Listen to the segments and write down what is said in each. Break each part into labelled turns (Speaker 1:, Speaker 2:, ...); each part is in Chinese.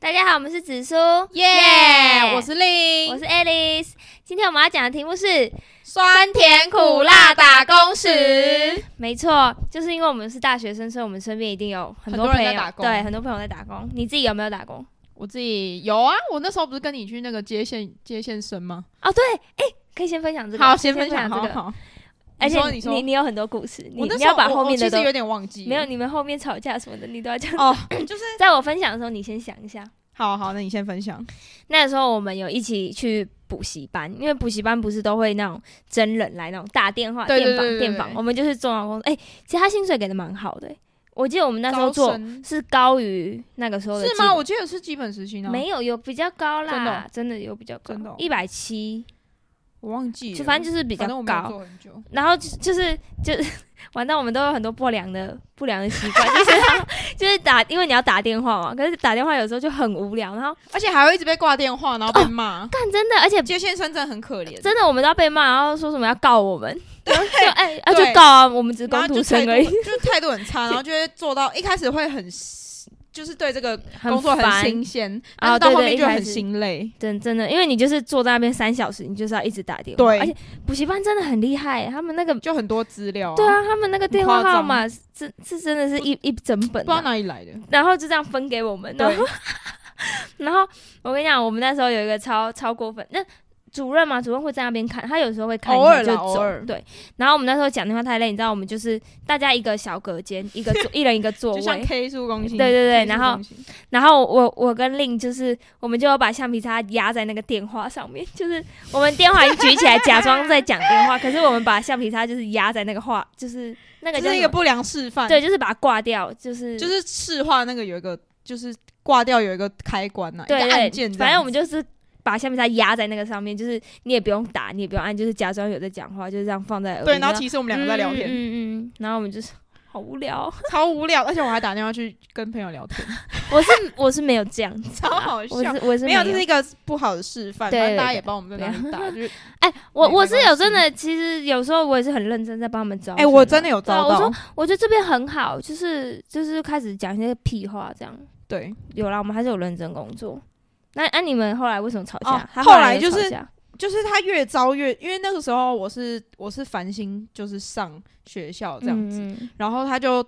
Speaker 1: 大家好，我们是紫苏，
Speaker 2: 耶、我是令，
Speaker 1: 我是 Alice。今天我们要讲的题目是，
Speaker 2: 酸甜苦辣打工时。
Speaker 1: 没错，就是因为我们是大学生，所以我们身边一定有很多
Speaker 2: 很多
Speaker 1: 朋
Speaker 2: 人
Speaker 1: 友
Speaker 2: 在打工
Speaker 1: 对，很多朋友在打工。你自己有没有打工？
Speaker 2: 我自己有啊，我那时候不是跟你去那个接线接线生吗？
Speaker 1: 哦，对，哎、可以先分享这个，
Speaker 2: 好，先分享
Speaker 1: 这个。
Speaker 2: 好好。
Speaker 1: 而且
Speaker 2: 你说你说
Speaker 1: 你你有很多故事，你
Speaker 2: 我那
Speaker 1: 你
Speaker 2: 时候
Speaker 1: 要把
Speaker 2: 我
Speaker 1: 后面的
Speaker 2: 我其
Speaker 1: 都
Speaker 2: 实有点忘记，
Speaker 1: 没有，你们后面吵架什么的，你都要讲。
Speaker 2: 哦，就是
Speaker 1: 在我分享的时候，你先想一下。
Speaker 2: 好好，那你先分享。
Speaker 1: 那时候我们有一起去补习班，因为补习班不是都会那种真人来那种打电话、
Speaker 2: 对对
Speaker 1: 电访
Speaker 2: 对、对
Speaker 1: 电访，
Speaker 2: 对
Speaker 1: 我们就是做完工作。哎、其实他薪水给的蛮好的、我记得我们那时候
Speaker 2: 招
Speaker 1: 做
Speaker 2: 生
Speaker 1: 是高于那个时候的
Speaker 2: 是
Speaker 1: 基
Speaker 2: 吗？
Speaker 1: 本
Speaker 2: 我记得是基本时薪啊，
Speaker 1: 没有，有比较高啦，
Speaker 2: 真的哦
Speaker 1: 真的有比较高
Speaker 2: 真的哦，
Speaker 1: 一百七，
Speaker 2: 我忘记
Speaker 1: 就
Speaker 2: 了，
Speaker 1: 反正就是比较
Speaker 2: 反正我没有
Speaker 1: 高。
Speaker 2: 做很久。
Speaker 1: 然后就就是就 玩到我们都有很多不良的不良的习惯， 就是要就是打，因为你要打电话嘛，可是打电话有时候就很无聊，然后
Speaker 2: 而且还会一直被挂电话，然后被骂。
Speaker 1: 哦干真的，而且
Speaker 2: 接线生真的很可怜，
Speaker 1: 真的我们都要被骂，然后说什么要告我们，
Speaker 2: 对
Speaker 1: 就哎、啊
Speaker 2: 对
Speaker 1: 就告啊，我们只是工
Speaker 2: 然后
Speaker 1: 读
Speaker 2: 就
Speaker 1: 生
Speaker 2: 态
Speaker 1: 而已
Speaker 2: 度，就是态度很 差，然后就会做到一开始会很，就是对这个
Speaker 1: 很
Speaker 2: 工作很
Speaker 1: 烦，
Speaker 2: 新鲜，但
Speaker 1: 啊
Speaker 2: 是到
Speaker 1: 对
Speaker 2: 后
Speaker 1: 对
Speaker 2: 面
Speaker 1: 一
Speaker 2: 就
Speaker 1: 开
Speaker 2: 很
Speaker 1: 始
Speaker 2: 心累。
Speaker 1: 真真的，因为你就是坐在那边三小时，你就是要一直打电话，
Speaker 2: 对
Speaker 1: 而且补习班真的很厉害，他们那个
Speaker 2: 就很多资料、
Speaker 1: 对，啊，他们那个电话
Speaker 2: 哦夸张
Speaker 1: 号码是真是真的是一一整本
Speaker 2: 不知
Speaker 1: 啊、
Speaker 2: 道哪里来的。
Speaker 1: 然后就这样分给我们，然后
Speaker 2: 对，
Speaker 1: 然后我跟你讲，我们那时候有一个超超过分，那主任嘛，主任会在那边看，他有时候会看一
Speaker 2: 偶
Speaker 1: 下
Speaker 2: 尔啦
Speaker 1: 就
Speaker 2: 偶
Speaker 1: 走
Speaker 2: 尔。
Speaker 1: 对，然后我们那时候讲电话太累，你知道，我们就是大家一个小隔间，一 个座，一人一个座
Speaker 2: 就像
Speaker 1: 位。
Speaker 2: K 数公斤。
Speaker 1: 对对对
Speaker 2: K 数
Speaker 1: 然后
Speaker 2: 公斤
Speaker 1: 然后我我跟令就是，我们就有把橡皮擦压在那个电话上面，就是我们电话已经举起来，假装在讲电话，可是我们把橡皮擦就是压在那个话，就是那个
Speaker 2: 这
Speaker 1: 叫
Speaker 2: 是一
Speaker 1: 什
Speaker 2: 个
Speaker 1: 么
Speaker 2: 不良示范，
Speaker 1: 对，，就是把它挂掉，就是
Speaker 2: 就是市话那个有一个，就是挂掉有一个开关呐、啊，
Speaker 1: 对
Speaker 2: 一个按键
Speaker 1: 对，
Speaker 2: 这样子。
Speaker 1: 反正我们就是把橡皮擦压在那个上面，就是你也不用打，你也不用按，就是假装有在讲话，就是这样放在耳
Speaker 2: 对，
Speaker 1: 边。
Speaker 2: 然后其实我们两个在聊天，
Speaker 1: 嗯嗯嗯嗯然后我们就是好无 聊，
Speaker 2: 超无聊，而且我还打电话去跟朋友 聊天，
Speaker 1: 我是我是没有这样子
Speaker 2: 超
Speaker 1: 啊，
Speaker 2: 好
Speaker 1: 我
Speaker 2: 笑。
Speaker 1: 是我是
Speaker 2: 没
Speaker 1: 有
Speaker 2: 有，这是一个不好的示范，
Speaker 1: 对
Speaker 2: 反正大
Speaker 1: 对
Speaker 2: 家
Speaker 1: 对
Speaker 2: 也帮我们在哪里打，就是
Speaker 1: 哎，我
Speaker 2: 没
Speaker 1: 我是
Speaker 2: 关
Speaker 1: 有
Speaker 2: 系
Speaker 1: 真的，其实有时候我也是很认真在帮他们招生啊。
Speaker 2: 哎，我真的有
Speaker 1: 对啊
Speaker 2: 遭
Speaker 1: 我
Speaker 2: 到
Speaker 1: 说，我觉得这边很好，就是就是开始讲一些屁话这样。
Speaker 2: 对，
Speaker 1: 有啦，我们还是有认真工作。那那、你们后来为什么吵架
Speaker 2: 哦？
Speaker 1: 他
Speaker 2: 后
Speaker 1: 来
Speaker 2: 来
Speaker 1: 有
Speaker 2: 就
Speaker 1: 吵
Speaker 2: 是
Speaker 1: 架
Speaker 2: 就是他越招越，因为那个时候我是我是繁星，就是上学校这样子，
Speaker 1: 嗯嗯
Speaker 2: 然后他就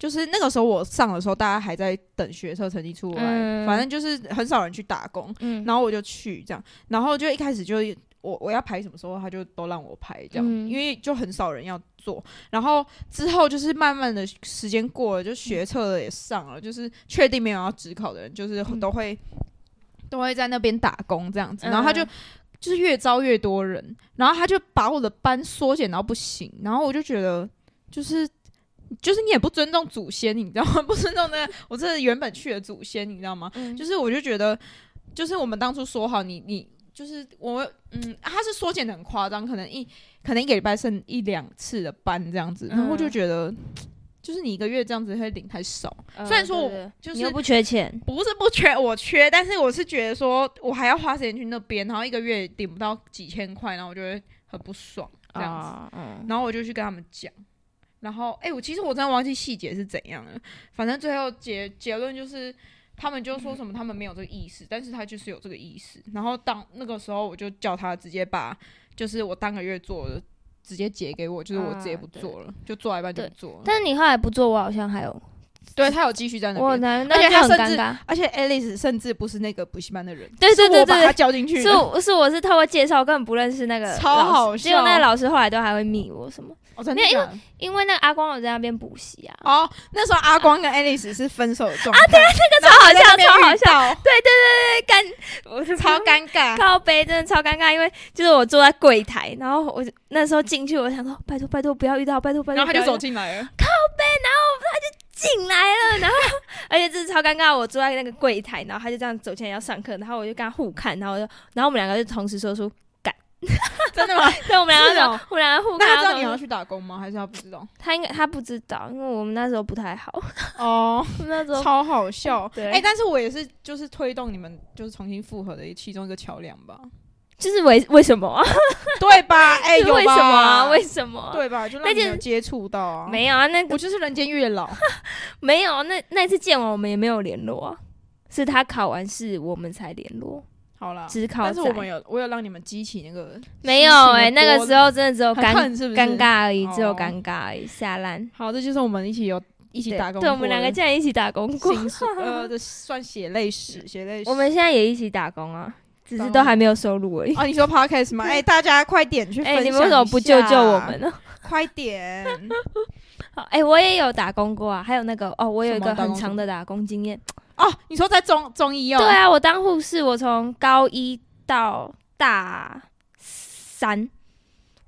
Speaker 2: 就是那个时候我上的时候，大家还在等学测成绩出来，
Speaker 1: 嗯
Speaker 2: 反正就是很少人去打工，
Speaker 1: 嗯
Speaker 2: 然后我就去这样，然后就一开始就我我要排什么时候，他就都让我排这样，
Speaker 1: 嗯
Speaker 2: 因为就很少人要做，然后之后就是慢慢的时间过了，就学测的也上了，就是确定没有要职考的人，就是
Speaker 1: 嗯
Speaker 2: 都会、都会在那边打工这样子，
Speaker 1: 嗯
Speaker 2: 然后他就。就是越招越多人，然后他就把我的班缩减到不行，然后我就觉得就是就是你也不尊重祖先，你知道吗？不 尊重那个我这原本去的祖先，你知道吗？
Speaker 1: 嗯
Speaker 2: 就是我就觉得，就是我们当初说好你你。就是我，嗯，啊他是缩减的很夸张，可能一可能一个礼拜剩一两次的班这样子，
Speaker 1: 嗯
Speaker 2: 然后我就觉得，就是你一个月这样子会领太少，
Speaker 1: 嗯
Speaker 2: 虽然说我
Speaker 1: 对对
Speaker 2: 就是
Speaker 1: 你又不缺钱，
Speaker 2: 不是不缺，我缺，但是我是觉得说我还要花时间去那边，然后一个月领不到几千块，然后我就会很不爽这样子。
Speaker 1: 啊，嗯，
Speaker 2: 然后我就去跟他们讲，然后哎、我其实我真的忘记细节是怎样了，反正最后结结论就是他们就说什么他们没有这个意思，但是他就是有这个意思。然后当那个时候我就叫他直接把就是我当个月做的直接结给我，就是我直接
Speaker 1: 啊
Speaker 2: 不
Speaker 1: 对
Speaker 2: 做了，就做到一半就
Speaker 1: 对
Speaker 2: 不做了。
Speaker 1: 但是你后来不做，我好像还有，
Speaker 2: 对他有继续在那
Speaker 1: 我
Speaker 2: 边。
Speaker 1: 那那
Speaker 2: 而且
Speaker 1: 就
Speaker 2: 他
Speaker 1: 很
Speaker 2: 甚
Speaker 1: 尴
Speaker 2: 至
Speaker 1: 尬。
Speaker 2: 而且 Alice 甚至不是那个补习班的人，
Speaker 1: 对对
Speaker 2: 是
Speaker 1: 对
Speaker 2: 我把
Speaker 1: 对
Speaker 2: 他叫进去
Speaker 1: 是
Speaker 2: 的。
Speaker 1: 我是我是透过介绍，根本不认识那个
Speaker 2: 超
Speaker 1: 老师
Speaker 2: 好
Speaker 1: 结果那个
Speaker 2: 笑
Speaker 1: 老师后来都还会密我什么，
Speaker 2: 哦，真
Speaker 1: 没
Speaker 2: 的
Speaker 1: 有因
Speaker 2: 假的
Speaker 1: 因为那个阿光有在那边补习啊。
Speaker 2: 哦，那时候阿光跟 Alice 是分手的状态啊，对，这
Speaker 1: 超好笑超好
Speaker 2: 笑，
Speaker 1: 对，干我
Speaker 2: 超 尴尬。
Speaker 1: 靠背，真的超尴尬，因为就是我坐在柜台，然后我就那时候进去，我想说拜托拜托不要遇到，拜托拜托，
Speaker 2: 然后他就
Speaker 1: 不要
Speaker 2: 走
Speaker 1: 遇到
Speaker 2: 进来 了，
Speaker 1: 进来了，然后而且这是超尴尬，我坐在那个柜台，然后他就这样走进来要上课，然后我就跟他互看，然后我就然后我们两个就同时说 出，
Speaker 2: 真的吗？
Speaker 1: 对，我们两
Speaker 2: 是
Speaker 1: 个、
Speaker 2: 哦
Speaker 1: 我们两个互看，
Speaker 2: 那他
Speaker 1: 然
Speaker 2: 知道
Speaker 1: 后
Speaker 2: 你要
Speaker 1: 同时
Speaker 2: 去打工吗？还是他不知道？
Speaker 1: 他应该 他不知道，因为我们那时候不太好，
Speaker 2: 哦，
Speaker 1: 我们那时候
Speaker 2: 超好 笑。
Speaker 1: 对
Speaker 2: 哎、但是我也是，就是推动你们就是重新复合的其中一个桥梁吧，
Speaker 1: 就是为为什么啊？
Speaker 2: 对吧？ 哎、
Speaker 1: 是
Speaker 2: 有
Speaker 1: 为什么啊？
Speaker 2: 吧
Speaker 1: 为什么啊？
Speaker 2: 对吧？就
Speaker 1: 那
Speaker 2: 让你
Speaker 1: 件
Speaker 2: 有接触到啊。，
Speaker 1: 没有啊，那
Speaker 2: 我就是人间月老。
Speaker 1: 没有啊那那一次见完我们也没有联络啊，是他考完试我们才联络，
Speaker 2: 好啦，
Speaker 1: 只考
Speaker 2: 但是我
Speaker 1: 仔
Speaker 2: 们有，我有让你们激起那个
Speaker 1: 没有哎、
Speaker 2: 哎、
Speaker 1: 那个时候真的只有
Speaker 2: 很
Speaker 1: 尴
Speaker 2: 恨是不是
Speaker 1: 尴。尬而已，只有
Speaker 2: 哦
Speaker 1: 尴尬而已，下烂。
Speaker 2: 好，这就是我们一起有一起
Speaker 1: 对
Speaker 2: 打工，
Speaker 1: 对，我们两个
Speaker 2: 家
Speaker 1: 竟然一起打工过，
Speaker 2: 心酸呃，这算血泪 史，血泪 史。
Speaker 1: 我们现在也一起打工啊，只
Speaker 2: 打
Speaker 1: 是
Speaker 2: 工
Speaker 1: 都还没有收入而已。
Speaker 2: 哦，你说 podcast 吗？哎、大家快点去分
Speaker 1: 哎、
Speaker 2: 享、
Speaker 1: 你们为什么不救救我们？呢？
Speaker 2: 快点！
Speaker 1: 好哎、我也有打工过啊，还有那个哦，我有一
Speaker 2: 什
Speaker 1: 个
Speaker 2: 么打工
Speaker 1: 很长的打工经验。
Speaker 2: 哦，你说在中中医哦？
Speaker 1: 对啊，我当护士，我从高一到大三，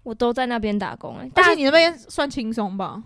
Speaker 1: 我都在那边打工、哎，
Speaker 2: 而
Speaker 1: 大
Speaker 2: 且你那边算轻松吧？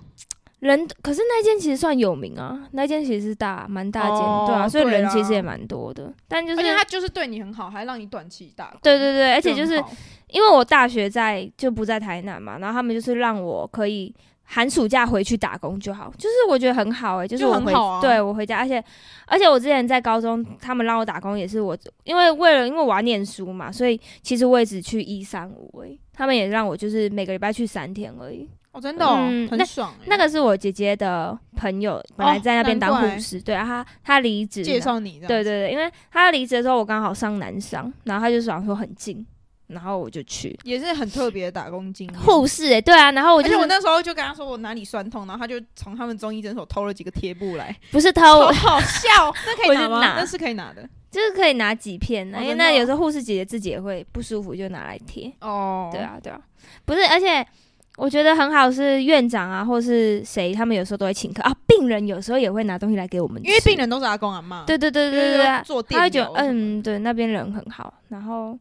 Speaker 1: 人可是那间其实算有名啊，那间其实是大蛮大间，
Speaker 2: 哦
Speaker 1: 对啊，所以
Speaker 2: 对
Speaker 1: 人
Speaker 2: 啦
Speaker 1: 其实也蛮多的，但就是
Speaker 2: 而且他就是对你很好，还让你短期打工。
Speaker 1: 对对对，而且就
Speaker 2: 很
Speaker 1: 是
Speaker 2: 好
Speaker 1: 因为我大学在就不在台南嘛，然后他们就是让我可以寒暑假回去打工就好，就是我觉得很好哎、就是
Speaker 2: 就
Speaker 1: 我
Speaker 2: 很
Speaker 1: 回、
Speaker 2: 好啊
Speaker 1: 对我回家，而且而且我之前在高中，他们让我打工也是我，因为为了因为我要念书嘛，所以其实我也只去一三五而已，他们也让我就是每个礼拜去三天而已。
Speaker 2: 哦，真的、哦
Speaker 1: 嗯
Speaker 2: 很爽、哎
Speaker 1: 那个是我姐姐的朋友，本来在那边当护士，对啊，她她离职，
Speaker 2: 哦欸介绍你的，
Speaker 1: 对对对，因为她离职的时候我刚好上南商，然后她就想说很近，然后我就去
Speaker 2: 也是很特别的打工经验。
Speaker 1: 护士哎、欸，对啊，然后我
Speaker 2: 而
Speaker 1: 就
Speaker 2: 且
Speaker 1: 是
Speaker 2: 我那时候就跟他说我哪里酸痛，然后他就从他们中医诊所偷了几个贴布来，
Speaker 1: 不是偷，
Speaker 2: 好
Speaker 1: 哦我
Speaker 2: 好笑。那可以拿
Speaker 1: 我
Speaker 2: 吗？
Speaker 1: 就拿
Speaker 2: 那是可以拿的
Speaker 1: 就是可以拿几片呢、
Speaker 2: 哦
Speaker 1: 因为
Speaker 2: 真的
Speaker 1: 那
Speaker 2: 哦
Speaker 1: 有时候护士姐姐自己也会不舒服就拿来贴，
Speaker 2: 哦
Speaker 1: 对，啊对啊，不是，而且。我觉得很好，是院长啊，或是谁，他们有时候都会请客啊。病人有时候也会拿东西来给我们吃，
Speaker 2: 因为病人都是阿公阿妈，
Speaker 1: 对对对
Speaker 2: 就是
Speaker 1: 对对对啊，
Speaker 2: 做电
Speaker 1: 他会觉
Speaker 2: 疗
Speaker 1: 得
Speaker 2: 什么
Speaker 1: 嗯，对，那边人很好。然后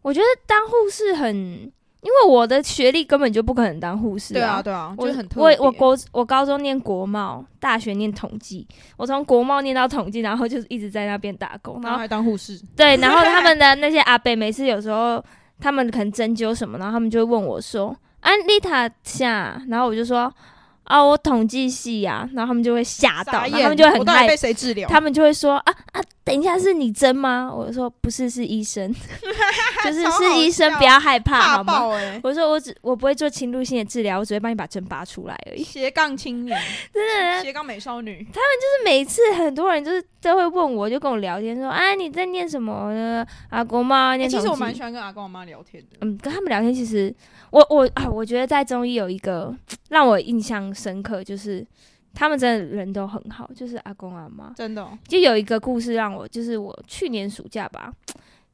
Speaker 1: 我觉得当护士很，因为我的学历根本就不可能当护士、
Speaker 2: 对啊，对啊，就
Speaker 1: 我
Speaker 2: 是很特
Speaker 1: 我
Speaker 2: 别。
Speaker 1: 我国我高中念国贸，大学念统计，我从国贸念到统计，然后就是一直在那边打工，
Speaker 2: 然
Speaker 1: 然
Speaker 2: 后
Speaker 1: 后
Speaker 2: 还当护 士，
Speaker 1: 对，然后他们的那些阿伯每次有时候他们可能针灸什么，然后他们就会问我说：“啊安丽塔下。”然后我就说：“啊，我统计系呀、啊。”然后他们就会吓到，
Speaker 2: 傻
Speaker 1: 然
Speaker 2: 眼
Speaker 1: 后他们就会
Speaker 2: 我
Speaker 1: 很
Speaker 2: 到
Speaker 1: 害
Speaker 2: 底被谁治疗？
Speaker 1: 他们就会说啊啊，等一下是你针吗？我说不是，是医 生，就是
Speaker 2: 超好
Speaker 1: 是医生，
Speaker 2: 笑
Speaker 1: 不要害怕
Speaker 2: 怕
Speaker 1: 好吗？
Speaker 2: 爆哎，
Speaker 1: 我说我只我不会做侵入性的治疗，我只会帮你把针拔出来而已。
Speaker 2: 斜杠青 年，
Speaker 1: 真的，就
Speaker 2: 斜杠美少女，
Speaker 1: 是啊每次很多人就是都会问我，就跟我聊天说啊你在念什么呢？啊国贸啊
Speaker 2: 哎
Speaker 1: 念什
Speaker 2: 其
Speaker 1: 么？
Speaker 2: 实我蛮喜欢跟阿公阿妈聊天的。
Speaker 1: 嗯，跟他们聊天，其实我我啊，我觉得在中医有一个让我印象深刻，就是他们真的人都很好，就是阿公阿妈，
Speaker 2: 真的哦，
Speaker 1: 就有一个故事让我，就是我去年暑假吧，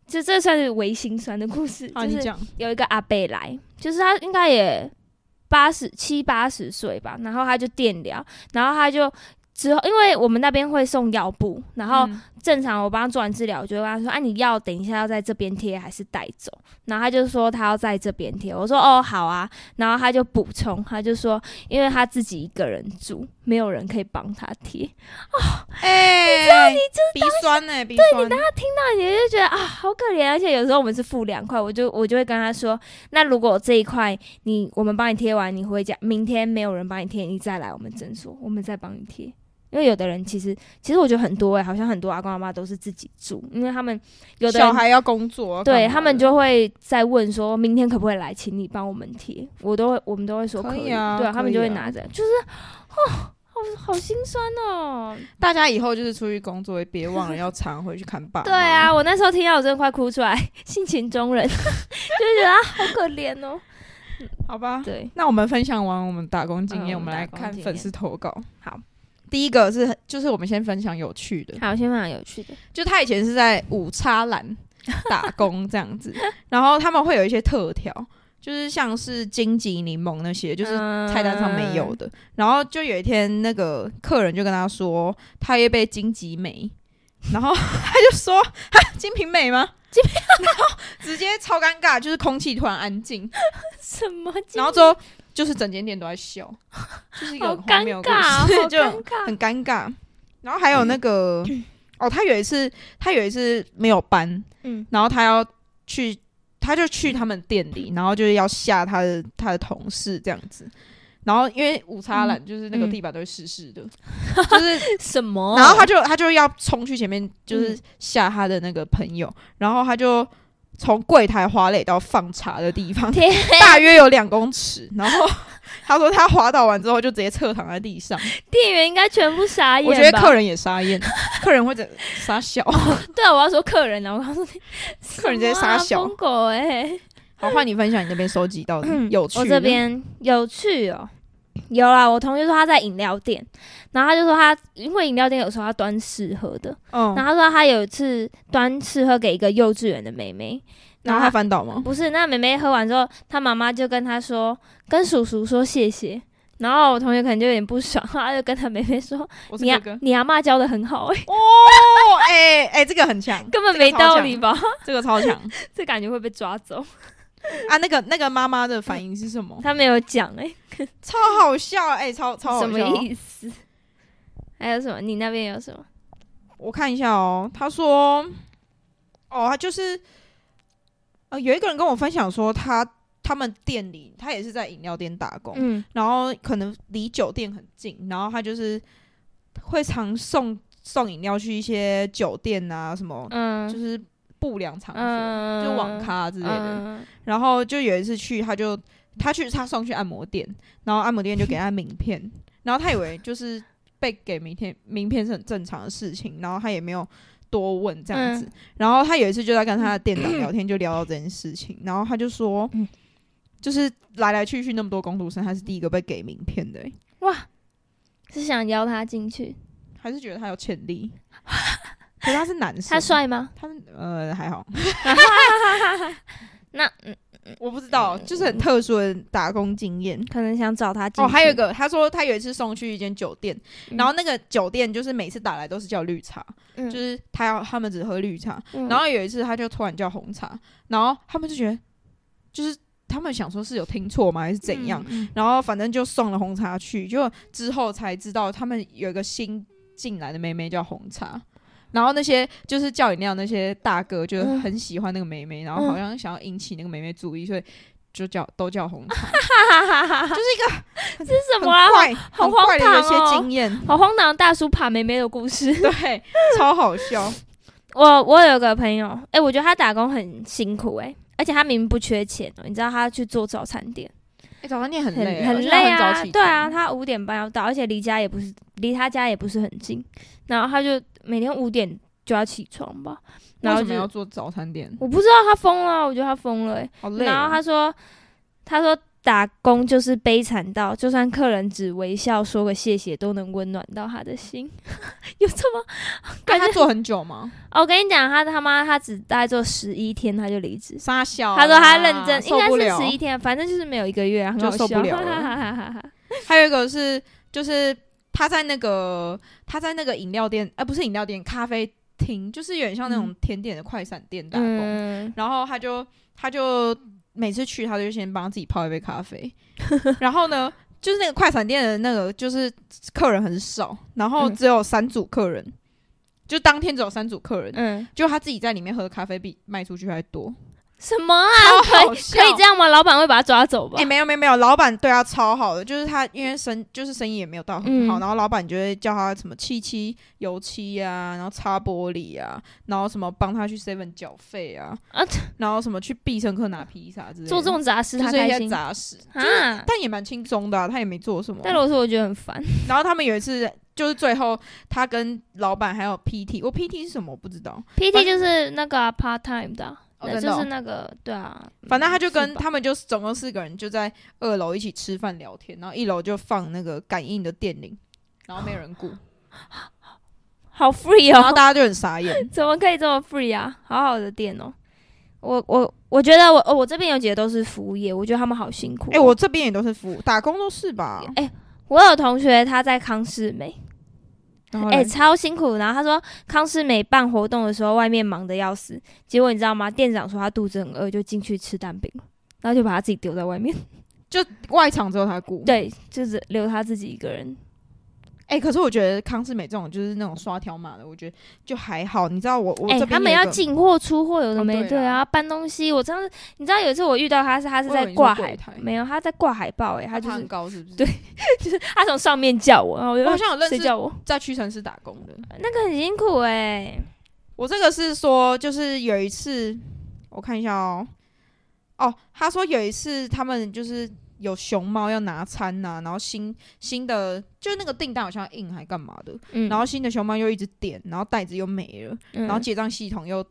Speaker 1: 就这算是微心酸的故事，
Speaker 2: 好，
Speaker 1: 就
Speaker 2: 哦你
Speaker 1: 是
Speaker 2: 讲，
Speaker 1: 有一个阿伯来，就是他应该也八十七八十岁吧，然后他就电疗，然后他就。之后，因为我们那边会送药布，然后
Speaker 2: 嗯
Speaker 1: 正常我帮他做完治疗，我就会跟他说：“啊，你药等一下要在这边贴还是带走？”然后他就说他要在这边贴，我说：“哦，好啊。”然后他就补充，他就说：“因为他自己一个人住，没有人可以帮他贴。”
Speaker 2: 哎，你这鼻酸哎，鼻酸，
Speaker 1: 你就觉得啊，好可怜，而且有时候我们是付两块，我就我就会跟他说，那如果这一块你我们帮你贴完，你回家明天没有人帮你贴，你再来我们诊所，我们再帮你贴。因为有的人其实其实我觉得很多欸诶、好像很多阿公阿妈都是自己住，因为他们有的
Speaker 2: 小
Speaker 1: 人
Speaker 2: 孩要工作，
Speaker 1: 对他们就会在问说，明天可不可以来，请你帮我们贴？我都会我们都会说
Speaker 2: 可
Speaker 1: 可
Speaker 2: 以啊
Speaker 1: 对、他们就会
Speaker 2: 可以啊
Speaker 1: 拿着，就是哦，好好心酸哦。
Speaker 2: 大家以后就是出去工作，也别忘了要常回去看爸妈。
Speaker 1: 对啊，我那时候听到我真的快哭出来， 性情中人，就 觉得啊好可怜哦。
Speaker 2: 好吧。
Speaker 1: 对，
Speaker 2: 那我们分享完我们打工经验，
Speaker 1: 嗯
Speaker 2: 我们来看粉丝投稿。
Speaker 1: 打工经验，
Speaker 2: 第一个是就是我们先分享有趣的，
Speaker 1: 好，先分享有趣的，
Speaker 2: 就他以前是在五叉兰打工这样 子，然后他们会有一些特调，就是像是荆棘柠檬那些，就是菜单上没有
Speaker 1: 嗯。
Speaker 2: 的。然后就有一天，那个客人就跟他说，他也被荆棘美，然后他就说：“哈，金瓶梅吗？”金瓶，然后直接超尴尬，就是空气突然安 静，
Speaker 1: 什么？
Speaker 2: 然后之后就是整间店都在笑，就是一个
Speaker 1: 好
Speaker 2: 很荒
Speaker 1: 尴
Speaker 2: 谬的
Speaker 1: 尬，啊好
Speaker 2: 故 事，就
Speaker 1: 尴尬。
Speaker 2: 很尴尬。然后还有那个，哦，他有一次，他有一次没有班，
Speaker 1: 嗯，
Speaker 2: 然后他要去，他就去他们店里，然后就是要吓他的他的同事这样子。然后因为五叉懒就是那个
Speaker 1: 嗯
Speaker 2: 地板都会湿湿的， 就是，
Speaker 1: 什么？嗯
Speaker 2: 然后他就他就要冲去前面，就是吓他的那个朋友，然后他就从柜台滑垒到放茶的地方，
Speaker 1: 天
Speaker 2: 大约有两公尺。然后他说他滑倒完之后就直接侧躺在地上，
Speaker 1: 店员应该全部傻眼吧。
Speaker 2: 我觉得客人也傻 眼，客人会整傻笑。
Speaker 1: 对啊，我要说客人啊，我告诉你，
Speaker 2: 客人直接
Speaker 1: 什么啊
Speaker 2: 傻笑
Speaker 1: 疯狗哎、
Speaker 2: 好，换你分享你那边收集到的有趣的。
Speaker 1: 我这边有趣哦，有啦。我同学说他在饮料店，然后他就说他因为饮料店有时候要端试喝的，
Speaker 2: 嗯，
Speaker 1: 然后他说他有一次端试喝给一个幼稚园的妹妹，
Speaker 2: 然后他翻倒吗？
Speaker 1: 不是那妹妹喝完之后，她妈妈就跟她说，跟叔叔说谢谢。然后我同学可能就有点不爽，他就跟他妹妹说：“
Speaker 2: 我哦是
Speaker 1: 你
Speaker 2: 哥
Speaker 1: 阿
Speaker 2: 哥。
Speaker 1: 你阿妈教的很好、欸，
Speaker 2: 哦，哎哎，这个很强，
Speaker 1: 根本没道理吧？
Speaker 2: 这个超 强
Speaker 1: 这感觉会被抓走。
Speaker 2: 啊！那个那个妈妈的反应是什么”？
Speaker 1: 他没有讲哎、
Speaker 2: 超好笑，哎，超超好
Speaker 1: 什
Speaker 2: 笑。
Speaker 1: 么意思？还有什么？你那边有什么？
Speaker 2: 我看一下哦，他说，哦，他就是，呃，有一个人跟我分享说他，他们店里，他也是在饮料店打工，
Speaker 1: 嗯，
Speaker 2: 然后可能离酒店很近，然后他就是会常送送饮料去一些酒店啊，什么、
Speaker 1: 嗯，
Speaker 2: 就是不良场所，
Speaker 1: 嗯
Speaker 2: 就网咖之类的。
Speaker 1: 嗯
Speaker 2: 然后就有一次去，他就他去他送去按摩店，然后按摩店就给他名片，然后他以为就是被给名片，名片是很正常的事情，然后他也没有多问这样子。然后他有一次就在跟他的店长聊天，就聊到这件事情，然后他就说，就是来来去去那么多工读生，他是第一个被给名片的欸、
Speaker 1: 哇，是想邀他进去？
Speaker 2: 还是觉得他有潜力。可是他是男生，
Speaker 1: 他，帅吗？
Speaker 2: 他是呃还 好，
Speaker 1: 那
Speaker 2: 嗯我不知道，就是很特殊的打工经验。
Speaker 1: 可能想找他进去。
Speaker 2: 嗯哦，还有一个，他说他有一次送去一间酒店，
Speaker 1: 嗯
Speaker 2: 然后那个酒店就是每次打来都是叫绿茶，
Speaker 1: 嗯
Speaker 2: 就是他要他们只喝绿茶，
Speaker 1: 嗯
Speaker 2: 然后有一次他就突然叫红茶，然后他们就觉得就是他们想说是有听错吗，还是怎样？？
Speaker 1: 嗯
Speaker 2: 然后反正就送了红茶去，就之后才知道他们有一个新进来的妹妹叫红茶。然后那些就是叫饮料那些大哥，就
Speaker 1: 嗯
Speaker 2: 很喜欢那个妹妹，然后好像想要引起那个妹妹注意，所以就叫都叫 红茶。
Speaker 1: 哈哈哈哈！
Speaker 2: 就是 一
Speaker 1: 这
Speaker 2: 个
Speaker 1: 是什
Speaker 2: 很
Speaker 1: 么啊？
Speaker 2: 怪、
Speaker 1: 好
Speaker 2: 很怪的
Speaker 1: 荒
Speaker 2: 有
Speaker 1: 唐哦
Speaker 2: 些经验，
Speaker 1: 好荒唐，大叔爬妹妹的故事。
Speaker 2: 对，超好笑。
Speaker 1: 我我有个朋友，哎、我觉得他打工很辛苦、哎，而且他明明不缺钱哦、你知道他去做早餐店，
Speaker 2: 哎、早餐店很
Speaker 1: 很
Speaker 2: 累，而
Speaker 1: 很
Speaker 2: 且要
Speaker 1: 累
Speaker 2: 很
Speaker 1: 啊
Speaker 2: 早起，
Speaker 1: 对啊，，他五点半要到，而且离家也不是离他家也不是很近，然后他就每天五点就要起床吧，然
Speaker 2: 为
Speaker 1: 后
Speaker 2: 什么
Speaker 1: 就
Speaker 2: 要做早餐店？
Speaker 1: 我不知道他疯了啊，我觉得他疯了、哎
Speaker 2: 好累、哦
Speaker 1: 然后他说，他说打工就是悲惨到，就算客人只微笑说个谢谢，都能温暖到他的心。 有这 么？
Speaker 2: 他他做很久吗？
Speaker 1: 哦我跟你讲，他他妈他只大概做十一天他就离职。
Speaker 2: 傻笑啊、
Speaker 1: 他说他认真，应
Speaker 2: 受不
Speaker 1: 该
Speaker 2: 了
Speaker 1: 是十一天，反正就是没有一个月啊，很
Speaker 2: 就
Speaker 1: 好
Speaker 2: 受不
Speaker 1: 笑。
Speaker 2: 了
Speaker 1: 了
Speaker 2: 还有一个是，就是他在那个他在那个饮料店，呃，不是饮料店，咖啡厅，就是有点像那种
Speaker 1: 嗯
Speaker 2: 甜点的快闪店打工。
Speaker 1: 嗯，
Speaker 2: 然后他就他就每次去，他就先帮自己泡一杯咖啡， 然后呢，就是那个快餐店的那个，就是客人很少，然后
Speaker 1: 嗯
Speaker 2: 只有三组客人，就当天只有三组客人，
Speaker 1: 嗯，
Speaker 2: 就他自己在里面喝的咖啡比卖出去还多，
Speaker 1: 什么啊？
Speaker 2: 超好笑
Speaker 1: 可以这样吗？老板会把他抓走吧
Speaker 2: 哎、？没有没有没有，老板对他超好的，就是他因为生就是生意也没有到很好，
Speaker 1: 嗯
Speaker 2: 然后老板就会叫他什么漆漆油漆啊，然后擦玻璃啊，然后什么帮他去 seven 缴费啊，
Speaker 1: 啊，
Speaker 2: 然后什么去必胜客拿披萨之类的，
Speaker 1: 做这种杂事
Speaker 2: 就
Speaker 1: 他
Speaker 2: 是一
Speaker 1: 开
Speaker 2: 些
Speaker 1: 心
Speaker 2: 杂事，
Speaker 1: 啊？
Speaker 2: 但也蛮轻松的啊、他也没做什么。
Speaker 1: 但是我说我觉得很烦，
Speaker 2: 然后他们有一次就是最后他跟老板还有 PT，我 PT 是什么我不知道，
Speaker 1: PT 就是那个啊 part time 的啊，
Speaker 2: 哦
Speaker 1: 那
Speaker 2: 真的
Speaker 1: 就
Speaker 2: 哦
Speaker 1: 是那个对啊，
Speaker 2: 反正他就跟
Speaker 1: 是吧
Speaker 2: 他们就总共四个人就在二楼一起吃饭聊天，然后一楼就放那个感应的电铃，然后没有人顾。
Speaker 1: 哦好 free
Speaker 2: 然后
Speaker 1: 哦，。
Speaker 2: 大家就很傻眼
Speaker 1: 怎么可以这么 free 啊？好好的店哦，我我我觉得我哦我这边有几个都是服务业，我觉得他们好辛苦哦。
Speaker 2: 哎、我这边也都是服务，打工都是吧？
Speaker 1: 我有同学他在康世美，
Speaker 2: 然后
Speaker 1: 哎、
Speaker 2: 嘞
Speaker 1: 超辛苦。然后他说，康世美办活动的时候，外面忙得要死，结果你知道吗？店长说他肚子很饿，就进去吃蛋饼了，然后就把他自己丢在外面。
Speaker 2: 哦就外场只有他顾。，
Speaker 1: 对，就是留他自己一个人。
Speaker 2: 哎、可是我觉得康世美这种就是那种刷条码的，我觉得就还好。你知道我我
Speaker 1: 哎、
Speaker 2: 这边有一个、
Speaker 1: 他们要进货出货，有的
Speaker 2: 哦
Speaker 1: 没、
Speaker 2: 对
Speaker 1: 对
Speaker 2: 啦
Speaker 1: 啊，搬东西。我上次你知道有一次我遇到他是，他是
Speaker 2: 我以为
Speaker 1: 在
Speaker 2: 你说
Speaker 1: 挂
Speaker 2: 柜
Speaker 1: 海
Speaker 2: 台哦
Speaker 1: 没有，他在挂海报、哎，他
Speaker 2: 他
Speaker 1: 就
Speaker 2: 很
Speaker 1: 是
Speaker 2: 高是不是？
Speaker 1: 对，他从上面叫我，然后我就
Speaker 2: 我好像有哦认
Speaker 1: 谁
Speaker 2: 识
Speaker 1: 叫我？
Speaker 2: 在屈臣氏打工的。
Speaker 1: 那个很辛苦哎、
Speaker 2: 我这个是说，就是有一次我看一下哦。哦，他说有一次他们就是有熊猫要拿餐呐、然后新新的就是那个订单好像印还干嘛的，
Speaker 1: 嗯，
Speaker 2: 然后新的熊猫又一直点，然后袋子又没了，然后结账系统又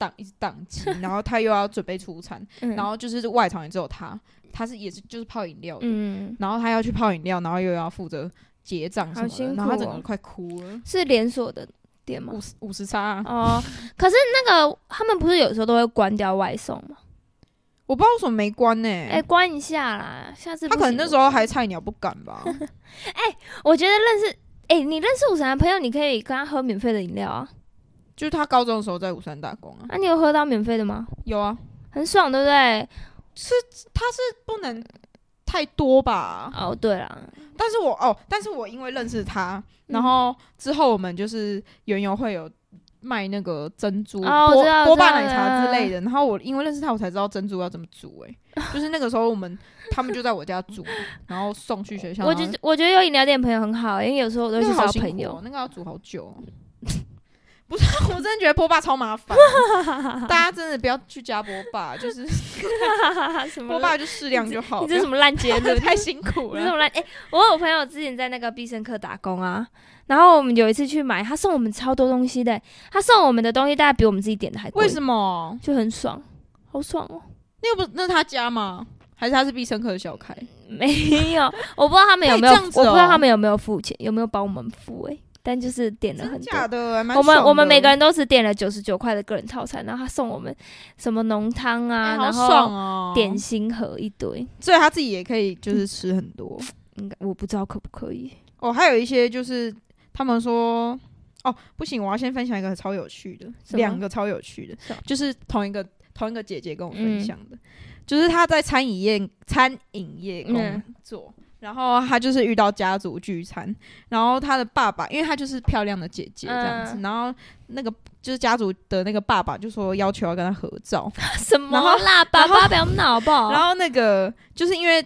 Speaker 2: 宕一直宕机，然后他又要准备出餐，
Speaker 1: 嗯，
Speaker 2: 然后就是外场也只有他，他是也是就是泡饮料的，
Speaker 1: 嗯，
Speaker 2: 然后他要去泡饮料，然后又要负责结账什
Speaker 1: 好
Speaker 2: 么
Speaker 1: 辛
Speaker 2: 的，
Speaker 1: 苦
Speaker 2: 然后他整个
Speaker 1: 哦嗯
Speaker 2: 人快哭了，
Speaker 1: 是连锁的店吗
Speaker 2: 五？十五十差啊、
Speaker 1: 哦，可是那个他们不是有时候都会关掉外送吗？
Speaker 2: 我不知道为什么没关呢、
Speaker 1: 哎、关一下啦，下次
Speaker 2: 他可能那时
Speaker 1: 候，
Speaker 2: 候还菜鸟不敢 吧，
Speaker 1: 我觉得认识，哎、你认识五十男朋友，你可以跟他喝免费的饮料啊。
Speaker 2: 就是他高中的时候在五山打 工啊，
Speaker 1: 那、你有喝到免费的吗？
Speaker 2: 有啊，
Speaker 1: 很爽，对不对？
Speaker 2: 不能太多吧。
Speaker 1: 哦，对啦，
Speaker 2: 但是我哦，但是我因为认识他，
Speaker 1: 嗯
Speaker 2: 然后之后我们就是园游会有卖那个珍珠、
Speaker 1: 哦我
Speaker 2: 波
Speaker 1: 知道
Speaker 2: 波
Speaker 1: 我知道嗯
Speaker 2: 霸奶茶之类的。然后我因为认识他，我才知道珍珠要怎么煮、欸。就是那个时候我们他们就在我家煮，然后送去学校。
Speaker 1: 我
Speaker 2: 然后
Speaker 1: 觉得我觉得有饮料店的朋友很好、因为有时候我都
Speaker 2: 啊那
Speaker 1: 去
Speaker 2: 个好
Speaker 1: 找
Speaker 2: 辛苦
Speaker 1: 朋
Speaker 2: 哦
Speaker 1: 友。
Speaker 2: 那个要煮好久、哦。不是，我真的觉得波霸超麻烦， 大家真的不要去加波霸，就是
Speaker 1: 什
Speaker 2: 波霸就适量就好，
Speaker 1: 你这什么烂 结论？
Speaker 2: 太辛苦
Speaker 1: 不是
Speaker 2: 了。
Speaker 1: 我来，哎、我有朋友之前在那个必胜客打工啊，然后我们有一次去买，他送我们超多东西的、他送我们的东西大概比我们自己点的还贵，
Speaker 2: 为什么？
Speaker 1: 就很爽，好爽哦！
Speaker 2: 那又不那是他家吗？还是他是必胜客的小开？
Speaker 1: 没有，我不知道他们有没有，
Speaker 2: 可以这样子哦
Speaker 1: 我不知道他们有没有付钱，有没有帮我们付哎、但就是点了
Speaker 2: 真
Speaker 1: 很多。
Speaker 2: 假的？还蛮
Speaker 1: 我们
Speaker 2: 爽的
Speaker 1: 我们每个人都只点了九十九块的个人套餐，然后他送我们什么浓汤啊，
Speaker 2: 哎好
Speaker 1: 然
Speaker 2: 爽
Speaker 1: 后
Speaker 2: 哦，
Speaker 1: 点心盒一堆，
Speaker 2: 所以他自己也可以就是吃很多。
Speaker 1: 应该我不知道可不可以。
Speaker 2: 哦，还有一些就是他们说。哦，不行，我要先分享一个超有趣的，
Speaker 1: 什么
Speaker 2: 两个超有趣的
Speaker 1: 什么，
Speaker 2: 就是同一个同一个姐姐跟我分
Speaker 1: 嗯
Speaker 2: 享的，就是她在餐饮业餐饮业工
Speaker 1: 嗯
Speaker 2: 作，然后她就是遇到家族聚餐，然后她的爸爸，因为她就是漂亮的姐姐这样子，
Speaker 1: 嗯
Speaker 2: 然后那个就是家族的那个爸爸就说要求要跟她合照，
Speaker 1: 什么
Speaker 2: 然后
Speaker 1: 啦，爸爸不要闹好不好？
Speaker 2: 然后那个就是因为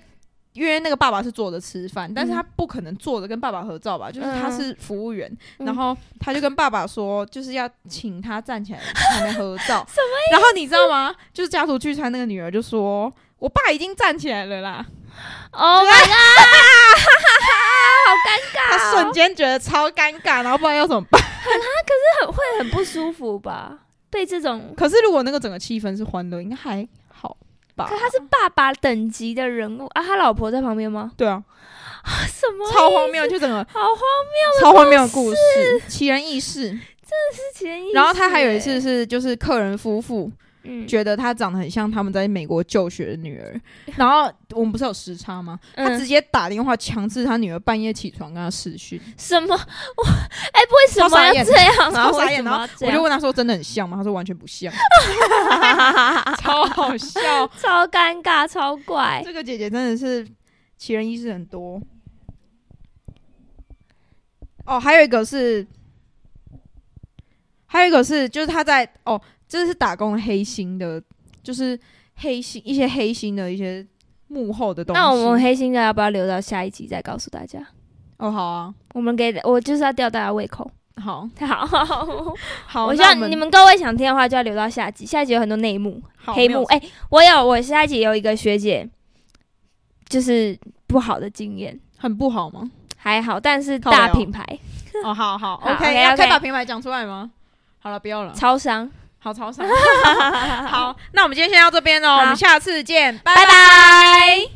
Speaker 2: 因为那个爸爸是坐着吃饭，但是
Speaker 1: 嗯
Speaker 2: 他不可能坐着跟爸爸合照吧，就是他是服务员，
Speaker 1: 嗯
Speaker 2: 然后他就跟爸爸说，就是要请他站起来才能合 照。什么？然后你知道吗？就是家族聚餐那个女儿就说。我爸已经站起来了啦，
Speaker 1: Oh my
Speaker 2: 啊
Speaker 1: god！好尴
Speaker 2: 他
Speaker 1: 尬、
Speaker 2: 瞬间觉得超尴尬，然后不知道要怎么办。
Speaker 1: 很会很不舒服吧？被这种，
Speaker 2: 可是如果那个整个气氛是欢乐，应该还好吧
Speaker 1: 可？他是爸爸等级的人物啊，他老婆在旁边 吗？
Speaker 2: 对啊，
Speaker 1: 什么？
Speaker 2: 超荒谬，就整个
Speaker 1: 好荒
Speaker 2: 超荒谬的故事，奇人异事。
Speaker 1: 之前意思欸
Speaker 2: 然后他还有一次，是，就是客人夫妇，
Speaker 1: 嗯，
Speaker 2: 觉得她长得很像他们在美国就学的女 儿，然后我们不是有时差吗？她
Speaker 1: 嗯
Speaker 2: 直接打电话强制她女儿半夜起床跟她视讯，
Speaker 1: 什么？我 哎、为什么要这样啊？
Speaker 2: 超傻眼超傻
Speaker 1: 为
Speaker 2: 眼
Speaker 1: 什么要这
Speaker 2: 我就
Speaker 1: 样？
Speaker 2: 问她说真的很像吗？她说完全不像， 超好笑。
Speaker 1: 超尴尬，超怪。
Speaker 2: 这个姐姐真的是奇人异事很多。哦，还有一个是，还有一个是，就是她在哦，这是打工的黑心的，就是黑心一些黑心的一些幕后的东西。
Speaker 1: 那我们黑心的要不要留到下一集再告诉大家？
Speaker 2: 哦，好啊，
Speaker 1: 我们给我就是要吊大家胃口。
Speaker 2: 好
Speaker 1: 好，
Speaker 2: 好，
Speaker 1: 我希
Speaker 2: 那
Speaker 1: 望你们各位想听的话，就要留到下集。下集有很多内幕，
Speaker 2: 好
Speaker 1: 黑
Speaker 2: 哦没有
Speaker 1: 幕。哎、我有，我下一集有一个学姐，就是不好的经验，
Speaker 2: 很不好吗？
Speaker 1: 还好，但是
Speaker 2: 靠北
Speaker 1: 大
Speaker 2: 哦
Speaker 1: 品牌、
Speaker 2: 哦，好好
Speaker 1: 好
Speaker 2: ，OK，
Speaker 1: OK，
Speaker 2: 要可以
Speaker 1: OK
Speaker 2: 把品牌讲出来吗？好了，不要了，
Speaker 1: 超商，
Speaker 2: 好超傻。好，那我们今天先到这边喽，我们
Speaker 1: 好
Speaker 2: 下次见，拜
Speaker 1: 拜拜